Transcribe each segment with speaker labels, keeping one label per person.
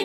Speaker 1: イ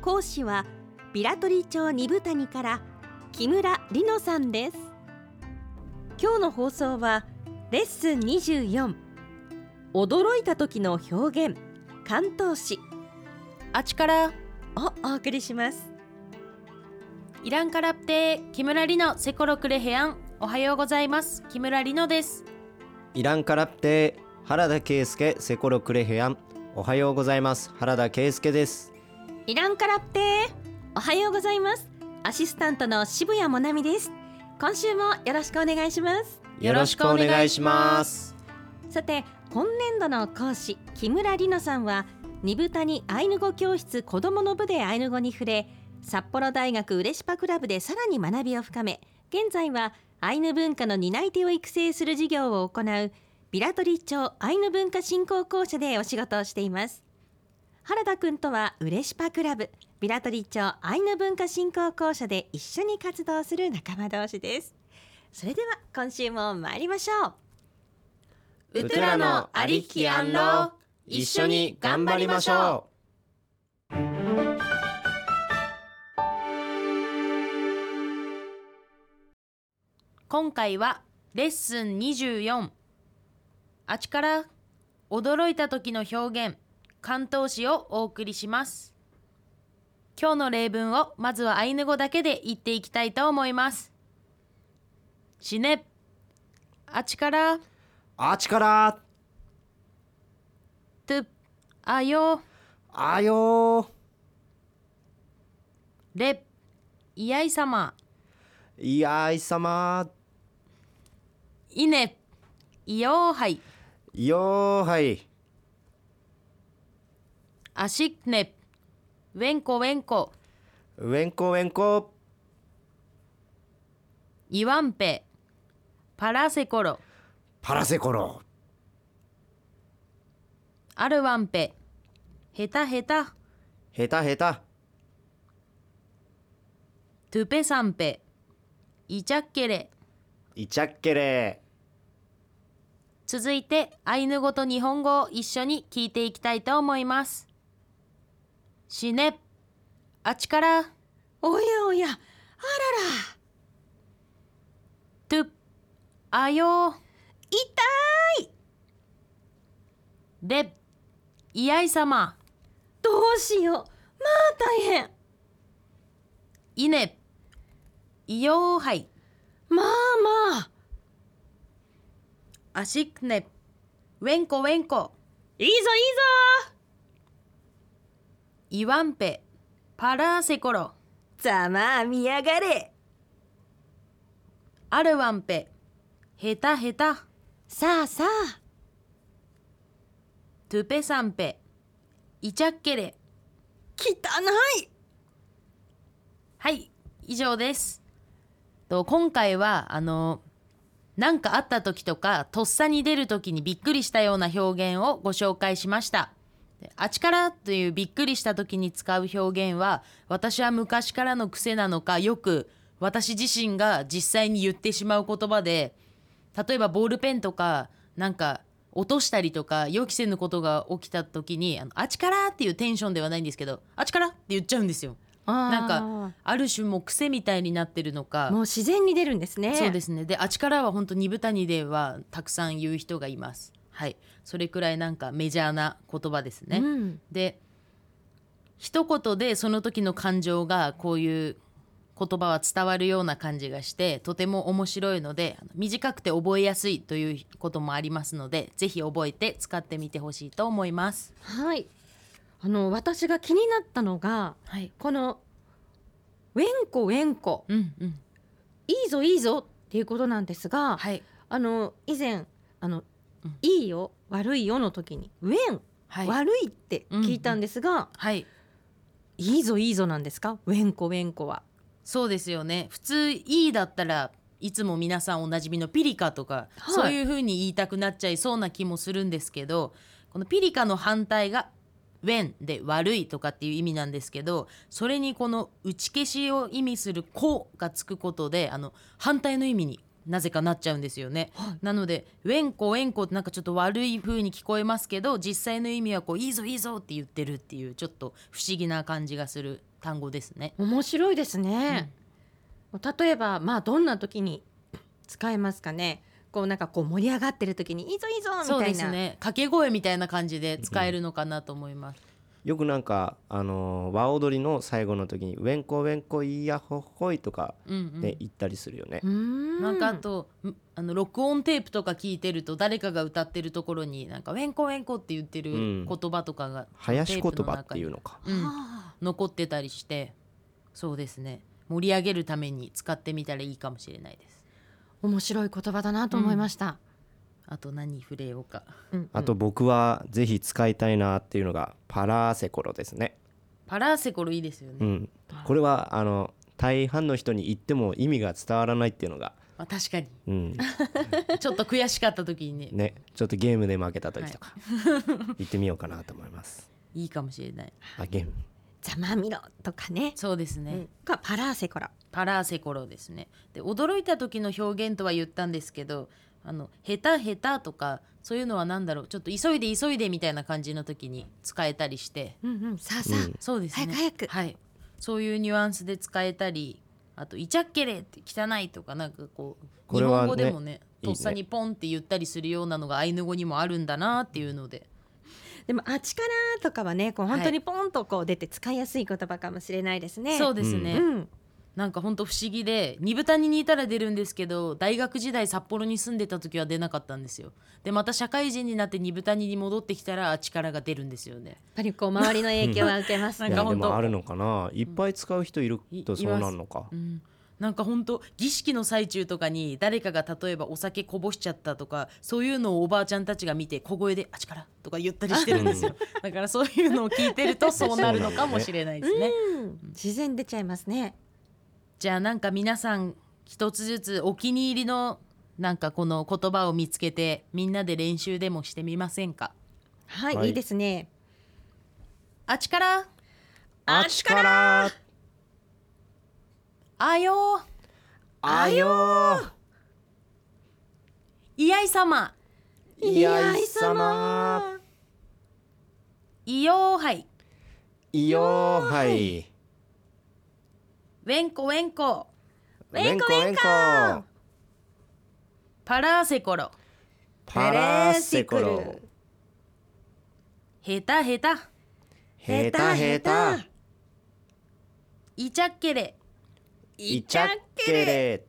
Speaker 2: 講師はビラトリ町二部谷から木村里乃さんです今日の放送はレッスン24驚いた時の表現関東詞
Speaker 1: あちから
Speaker 2: をお送りします
Speaker 1: イランカラプテ木村里乃セコロクレヘアンおはようございます木村里乃です
Speaker 3: イランカラプテ原田圭介セコロクレヘアンおはようございます原田圭介です
Speaker 2: イランカラプテおはようございますアシスタントの渋谷もなみです今週もよろしくお願いします
Speaker 1: よろしくお願いします
Speaker 2: さて今年度の講師木村里乃さんは二部谷アイヌ語教室子どもの部でアイヌ語に触れ札幌大学ウレシパクラブでさらに学びを深め現在はアイヌ文化の担い手を育成する事業を行うビラトリ町アイヌ文化振興公社でお仕事をしています原田くんとはウレシパクラブビラトリ町アイヌ文化振興公社で一緒に活動する仲間同士ですそれでは今週も参りましょう
Speaker 3: ウトラのありきあんろ一緒に頑張りましょ
Speaker 1: 今回はレッスン24あちから驚いた時の表現関東詞をお送りします今日の例文をまずはアイヌ語だけで言っていきたいと思います死ねあちから
Speaker 3: うあちから
Speaker 1: トゥあよ
Speaker 3: あよ
Speaker 1: れいやいさま
Speaker 3: いやいさま
Speaker 1: いねいようはい
Speaker 3: よーはい
Speaker 1: あしくねウェンコウェンコ
Speaker 3: ウェンコウェンコ
Speaker 1: いわんぺパラセコロ
Speaker 3: パラセコロ
Speaker 1: あるわんぺへたへた
Speaker 3: ヘタヘタ
Speaker 1: トゥペサンペいちゃっけれ
Speaker 3: イチャッケレ
Speaker 1: 続いてアイヌ語と日本語を一緒に聞いていきたいと思います死ねあちから
Speaker 2: おやおや
Speaker 1: トゥあよ
Speaker 2: 痛い
Speaker 1: でいやいさま
Speaker 2: どうしようまあ大変
Speaker 1: いねいようはい
Speaker 2: まあまあ
Speaker 1: あしくねウェンコウェンコ
Speaker 2: いいぞいいぞ
Speaker 1: いわんぺパラセコロ
Speaker 2: ざまあ見やがれ
Speaker 1: あるわんぺへたへた
Speaker 2: さあさあ
Speaker 1: トゥペサンペいちゃっけれ
Speaker 2: 汚い
Speaker 1: はい以上ですと今回はあの何かあった時とかとっさに出る時にびっくりしたような表現をご紹介しましたであちからというびっくりした時に使う表現は私は昔からの癖なのかよく私自身が実際に言ってしまう言葉で例えばボールペンとかなんか落としたりとか予期せぬことが起きた時にあのあちからっていうテンションではないんですけどあちからって言っちゃうんですよなんかある種もう癖みたいになってるのか
Speaker 2: もう自然に出るんですね
Speaker 1: そうですねであちからは本当に二谷ではたくさん言う人がいますはいそれくらいなんかメジャーな言葉ですね、
Speaker 2: うん
Speaker 1: で一言でその時の感情がこういう言葉は伝わるような感じがしてとても面白いのであの短くて覚えやすいということもありますのでぜひ覚えて使ってみてほしいと思います
Speaker 2: はいあの私が気になったのが
Speaker 1: はい
Speaker 2: この「ウェンコウェンコ
Speaker 1: うんうん
Speaker 2: いいぞいいぞ」っていうことなんですが、
Speaker 1: はい
Speaker 2: あの以前あの、
Speaker 1: うん
Speaker 2: いいよ悪いよ」の時に「ウェン、
Speaker 1: はい
Speaker 2: 悪い」って聞いたんですが、
Speaker 1: はい
Speaker 2: いいぞいいぞなんですかウェンコウェンコは
Speaker 1: そうですよね普通「いい」だったらいつも皆さんおなじみの「ピリカ」とか、
Speaker 2: はい
Speaker 1: そういう風に言いたくなっちゃいそうな気もするんですけどこの「ピリカ」の反対が「ウェン」で「悪い」とかっていう意味なんですけどそれにこの打ち消しを意味する「こ」がつくことであの反対の意味になぜかなっちゃうんですよね、なので「ウェンコウェンコ」ってなんかちょっと悪い風に聞こえますけど実際の意味はこう「いいぞいいぞ」って言ってるっていうちょっと不思議な感じがする単語ですね。
Speaker 2: 面白いですね、例えばまあどんな時に使えますかねこうなんかこう盛り上がってる時にいいぞいいぞみ
Speaker 1: そう
Speaker 2: たい
Speaker 1: で
Speaker 2: な
Speaker 1: すね掛け声みたいな感じで使えるのかなと思います、
Speaker 3: よくなんかあのー和踊りの最後の時に「ウェンコウェンコイヤホッホイ」とか
Speaker 1: うんうん
Speaker 3: ね、言ったりするよね
Speaker 2: うー。ん
Speaker 1: なんかあと、んあの録音テープとか聞いてると誰かが歌ってるところになんか「ウェンコウェンコ」って言ってる
Speaker 3: うん
Speaker 1: 言葉とかが、
Speaker 3: 林言葉っていうのか。
Speaker 1: うん
Speaker 2: はあ
Speaker 1: 残ってたりしてそうですね盛り上げるために使ってみたらいいかもしれないです
Speaker 2: 面白い言葉だなと思いました、
Speaker 1: あと何触れようか
Speaker 2: うん
Speaker 3: あと僕はぜひ使いたいなっていうのがパラーセコロですね。
Speaker 1: パラーセコロいいですよね、
Speaker 3: うん、これはあの大半の人に言っても意味が伝わらないっていうのが、
Speaker 1: まあ、確かに
Speaker 3: うん、
Speaker 1: ちょっと悔しかった時 にね
Speaker 3: ねちょっとゲームで負けた時とか、 言ってみようかなと思います。
Speaker 1: いいかもしれない
Speaker 3: あゲーム
Speaker 2: ざまみろとかね
Speaker 1: そうですね、
Speaker 2: うんがパラーセコラ
Speaker 1: パラーセコロですねで驚いた時の表現とは言ったんですけどあの「へたへた」とかそういうのは何だろうちょっと急いで急いでみたいな感じの時に使えたりして
Speaker 2: うんうんさあさあ、
Speaker 3: うん
Speaker 1: そうですね
Speaker 2: 早く早く
Speaker 1: はい、そういうニュアンスで使えたりあと「いちゃっけれ」って汚いとかなんかこう
Speaker 3: こ
Speaker 1: 日
Speaker 3: れは
Speaker 1: 本
Speaker 3: ね
Speaker 1: 語でもね
Speaker 3: いい
Speaker 1: と
Speaker 3: ね
Speaker 1: っさにポンって言ったりするようなのがアイヌ語にもあるんだなっていうので
Speaker 2: でもあちからとかはねこう
Speaker 1: はい
Speaker 2: 本当にポンとこう出て使いやすい言葉かもしれないですね、
Speaker 1: そうですね、
Speaker 2: うん
Speaker 1: なんかほんと不思議で煮豚に似たら出るんですけど大学時代札幌に住んでた時は出なかったんですよでまた社会人になって煮豚に戻ってきたら力が出るんですよね
Speaker 2: やっぱりこう周りの影響は受けます
Speaker 1: ないん
Speaker 2: ね
Speaker 1: か
Speaker 3: やで
Speaker 1: 本当
Speaker 3: もあるのかないっぱい使う人いるとそうなるのか
Speaker 1: う。んなんかほんと儀式の最中とかに誰かが例えばお酒こぼしちゃったとかそういうのをおばあちゃんたちが見て小声で「あ力」とか言ったりしてるんですよだからそういうのを聞いてると そうなるのかもしれないですね
Speaker 2: うん自然に出ちゃいますね
Speaker 1: じゃあなんか皆さん一つずつお気に入りのなんかこの言葉を見つけてみんなで練習でもしてみませんか
Speaker 2: はい、
Speaker 3: はい
Speaker 2: い、いですね
Speaker 1: あっちから
Speaker 3: あちから
Speaker 1: あよ
Speaker 3: あよー
Speaker 1: いやいさま
Speaker 3: いやいさま
Speaker 1: いよーはい
Speaker 3: いよーはい
Speaker 1: ウェンコウェンコ
Speaker 3: ウェンコウェンコ
Speaker 1: パラーセコロ
Speaker 3: パラーセコ
Speaker 2: パラー
Speaker 3: ロ
Speaker 2: セ
Speaker 1: ヘタヘタ
Speaker 3: ヘタヘタ
Speaker 1: イチャッケレ
Speaker 3: いちゃっけれ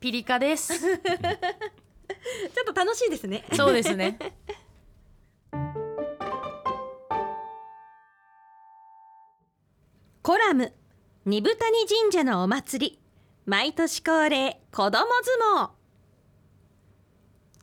Speaker 1: ピリカです
Speaker 2: ちょっと楽しいですね
Speaker 1: そうですね
Speaker 2: コラム二豚谷神社のお祭り毎年恒例子供相撲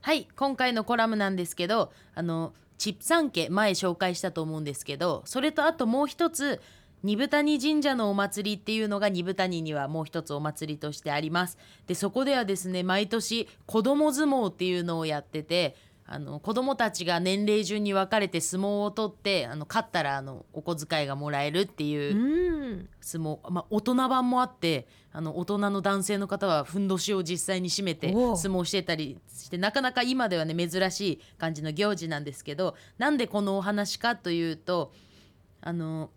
Speaker 1: はい今回のコラムなんですけどあのチップ三家前紹介したと思うんですけどそれとあともう一つ二豚谷神社のお祭りっていうのが二豚谷にはもう一つお祭りとしてありますでそこではですね毎年子供相撲っていうのをやっててあの子供たちが年齢順に分かれて相撲を取ってあの勝ったらあのお小遣いがもらえるっていう
Speaker 2: うん
Speaker 1: 相撲、まあ、大人版もあってあの大人の男性の方はふんどしを実際に締めて相
Speaker 2: おう
Speaker 1: 撲してたりしてなかなか今ではね珍しい感じの行事なんですけどなんでこのお話かというとあの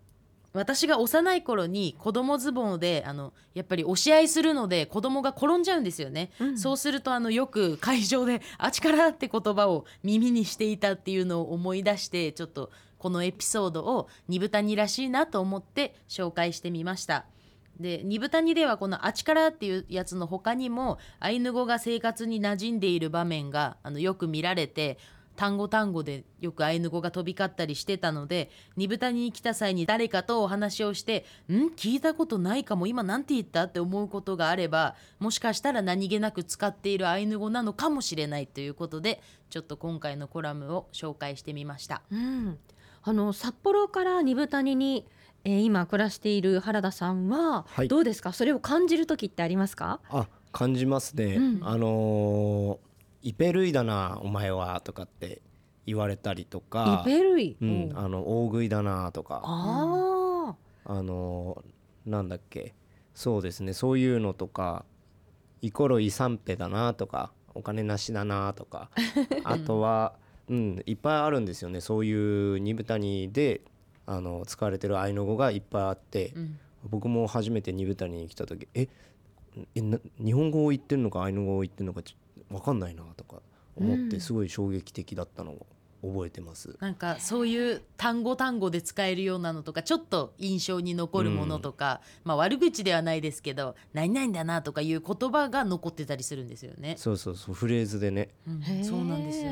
Speaker 1: 私が幼い頃に子供ズボンであのやっぱり押し合いするので子供が転んじゃうんですよね、そうするとあのよく会場で「あちから」って言葉を耳にしていたっていうのを思い出してちょっとこのエピソードを二豚にらしいなと思って紹介してみました。で二豚にではこの「あちから」っていうやつの他にもアイヌ語が生活に馴染んでいる場面があのよく見られて単語単語でよくアイヌ語が飛び交ったりしてたので二豚に来た際に誰かとお話をして「ん聞いたことないかも今なんて言った?」って思うことがあればもしかしたら何気なく使っているアイヌ語なのかもしれないということでちょっと今回のコラムを紹介してみました。
Speaker 2: うん、あの札幌から二豚谷にえー今暮らしている原田さんは
Speaker 3: はい
Speaker 2: どうですか、それを感じる時ってありますか
Speaker 3: あ感じますね、
Speaker 2: うん
Speaker 3: あのーイペルイだなお前は」とかって言われたりとか
Speaker 2: イペルイ、
Speaker 3: うん、
Speaker 2: おう
Speaker 3: あの大食いだなとか
Speaker 2: あ
Speaker 3: あのーなんだっけそうですねそういうのとか「イコロイサンペだな」とか「お金なしだな」と かあとは、うん、いっぱいあるんですよねそういう二豚にであの使われてる愛の語がいっぱいあって、
Speaker 1: うん
Speaker 3: 僕も初めて二豚に来た時「ええな日本語を言ってるのかアイヌ語を言ってるのかちょ分かんないな」とか思っ
Speaker 2: うん
Speaker 3: てすごい衝撃的だったのを覚えてます。
Speaker 1: なんかそういう単語単語で使えるようなのとかちょっと印象に残るものとか、まあ悪口ではないですけど何々だなとかいう言葉が残ってたりするんですよね、
Speaker 3: そうそうそうフレーズでね
Speaker 1: うん
Speaker 2: ーへー
Speaker 1: そうなんですよ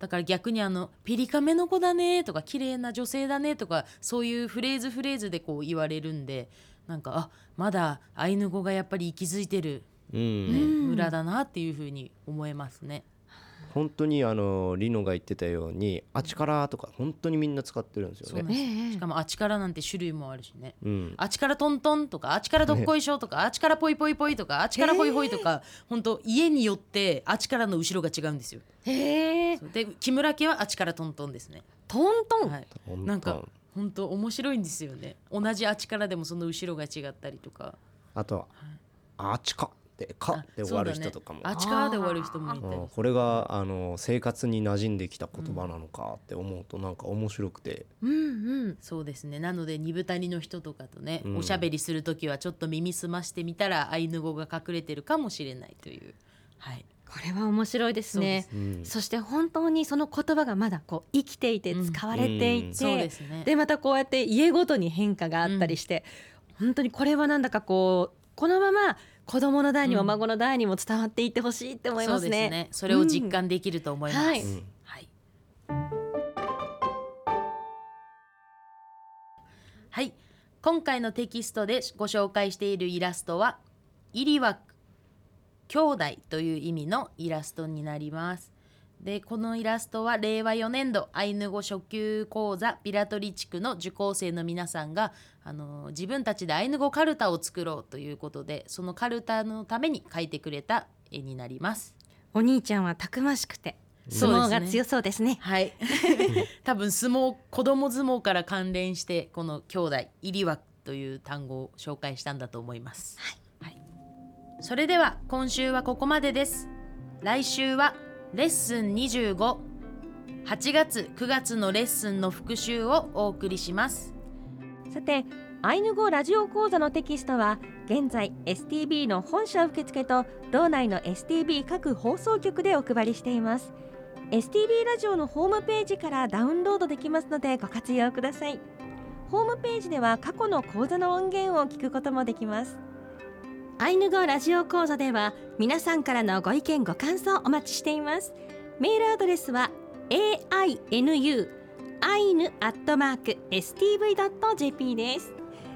Speaker 1: だから逆にあの「ピリカメの子だね」とか「綺麗な女性だね」とかそういうフレーズフレーズでこう言われるんでなんかあまだアイヌ語がやっぱり息づいてる、
Speaker 3: うん、
Speaker 1: ね
Speaker 2: うん
Speaker 1: 村だなっていうふうに思えますね。
Speaker 3: 本当にあのリノが言ってたように「あちから」とか本当にみんな使ってるんです
Speaker 1: そう
Speaker 3: よ
Speaker 1: なんで
Speaker 3: ね。
Speaker 1: す、
Speaker 2: ええええ
Speaker 1: しかも「あちから」なんて種類もあるしね。
Speaker 3: うん、
Speaker 1: あっちからトントンとかあっちからどっこいしょとかあっちからぽいぽいぽいとかあっちからほいほいとか本当家によってあっちからの後ろが違うんですよ
Speaker 2: へえ
Speaker 1: そうで木村家はあっちからトントンですね
Speaker 2: トントン、
Speaker 1: はい
Speaker 3: トントン
Speaker 1: なんか本当面白いんですよね同じあっちからでもその後ろが違ったりとか
Speaker 3: あとは「あちか」って「か」で終わる人とかも、
Speaker 1: あそうだねあっちからで終わる人もいたり
Speaker 3: うんこれがあの生活に馴染んできた言葉なのかって思うとなんか面白くて、
Speaker 2: うんうん
Speaker 1: そうですねなので二豚りの人とかとね、
Speaker 3: うん
Speaker 1: おしゃべりする時はちょっと耳澄ましてみたらアイヌ語が隠れてるかもしれないというはい
Speaker 2: これは面白いですね
Speaker 3: う
Speaker 2: そ
Speaker 3: ん
Speaker 2: して本当にその言葉がまだこう生きていて
Speaker 1: うん
Speaker 2: 使われていて、
Speaker 3: うん
Speaker 1: そうですね
Speaker 2: でまたこうやって家ごとに変化があったりして、本当にこれはなんだかこうこのまま子供の代にも
Speaker 1: うん
Speaker 2: 孫の代にも伝わっていってほしいって思います
Speaker 1: そうです
Speaker 2: ね。
Speaker 1: ねそれを実感できると思います、
Speaker 2: うんはい
Speaker 3: うん
Speaker 1: はい。はい。今回のテキストでご紹介しているイラストは、イリワク兄弟という意味のイラストになります。で、このイラストは令和4年度アイヌ語初級講座ピラトリ地区の受講生の皆さんが、あの自分たちでアイヌ語カルタを作ろうということで、そのカルタのために描いてくれた絵になります。
Speaker 2: お兄ちゃんはたくましくて
Speaker 1: そう
Speaker 2: 相
Speaker 1: ですね
Speaker 2: 撲が強そうですね。
Speaker 1: はい多分相撲子供相撲から関連してこの兄弟入り枠という単語を紹介したんだと思います、はいそれでは今週はここまでです来週はレッスン258月9月のレッスンの復習をお送りします
Speaker 2: さてアイヌ語ラジオ講座のテキストは現在 STB の本社受付と道内の STB 各放送局でお配りしています STB ラジオのホームページからダウンロードできますのでご活用くださいホームページでは過去の講座の音源を聞くこともできますアイヌ語ラジオ講座では皆さんからのご意見ご感想お待ちしていますメールアドレスは ainu アイヌアットマーク stv.jp です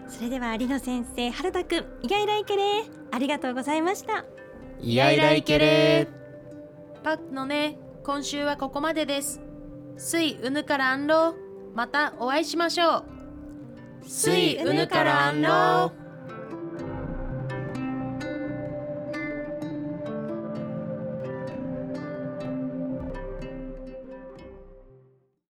Speaker 2: それではリノ先生原田くんイガイライケレーありがとうございました
Speaker 3: イヤイライケレー
Speaker 1: パックのね今週はここまでです水うぬからあんろうまたお会いしましょう
Speaker 2: 水うぬからあんろう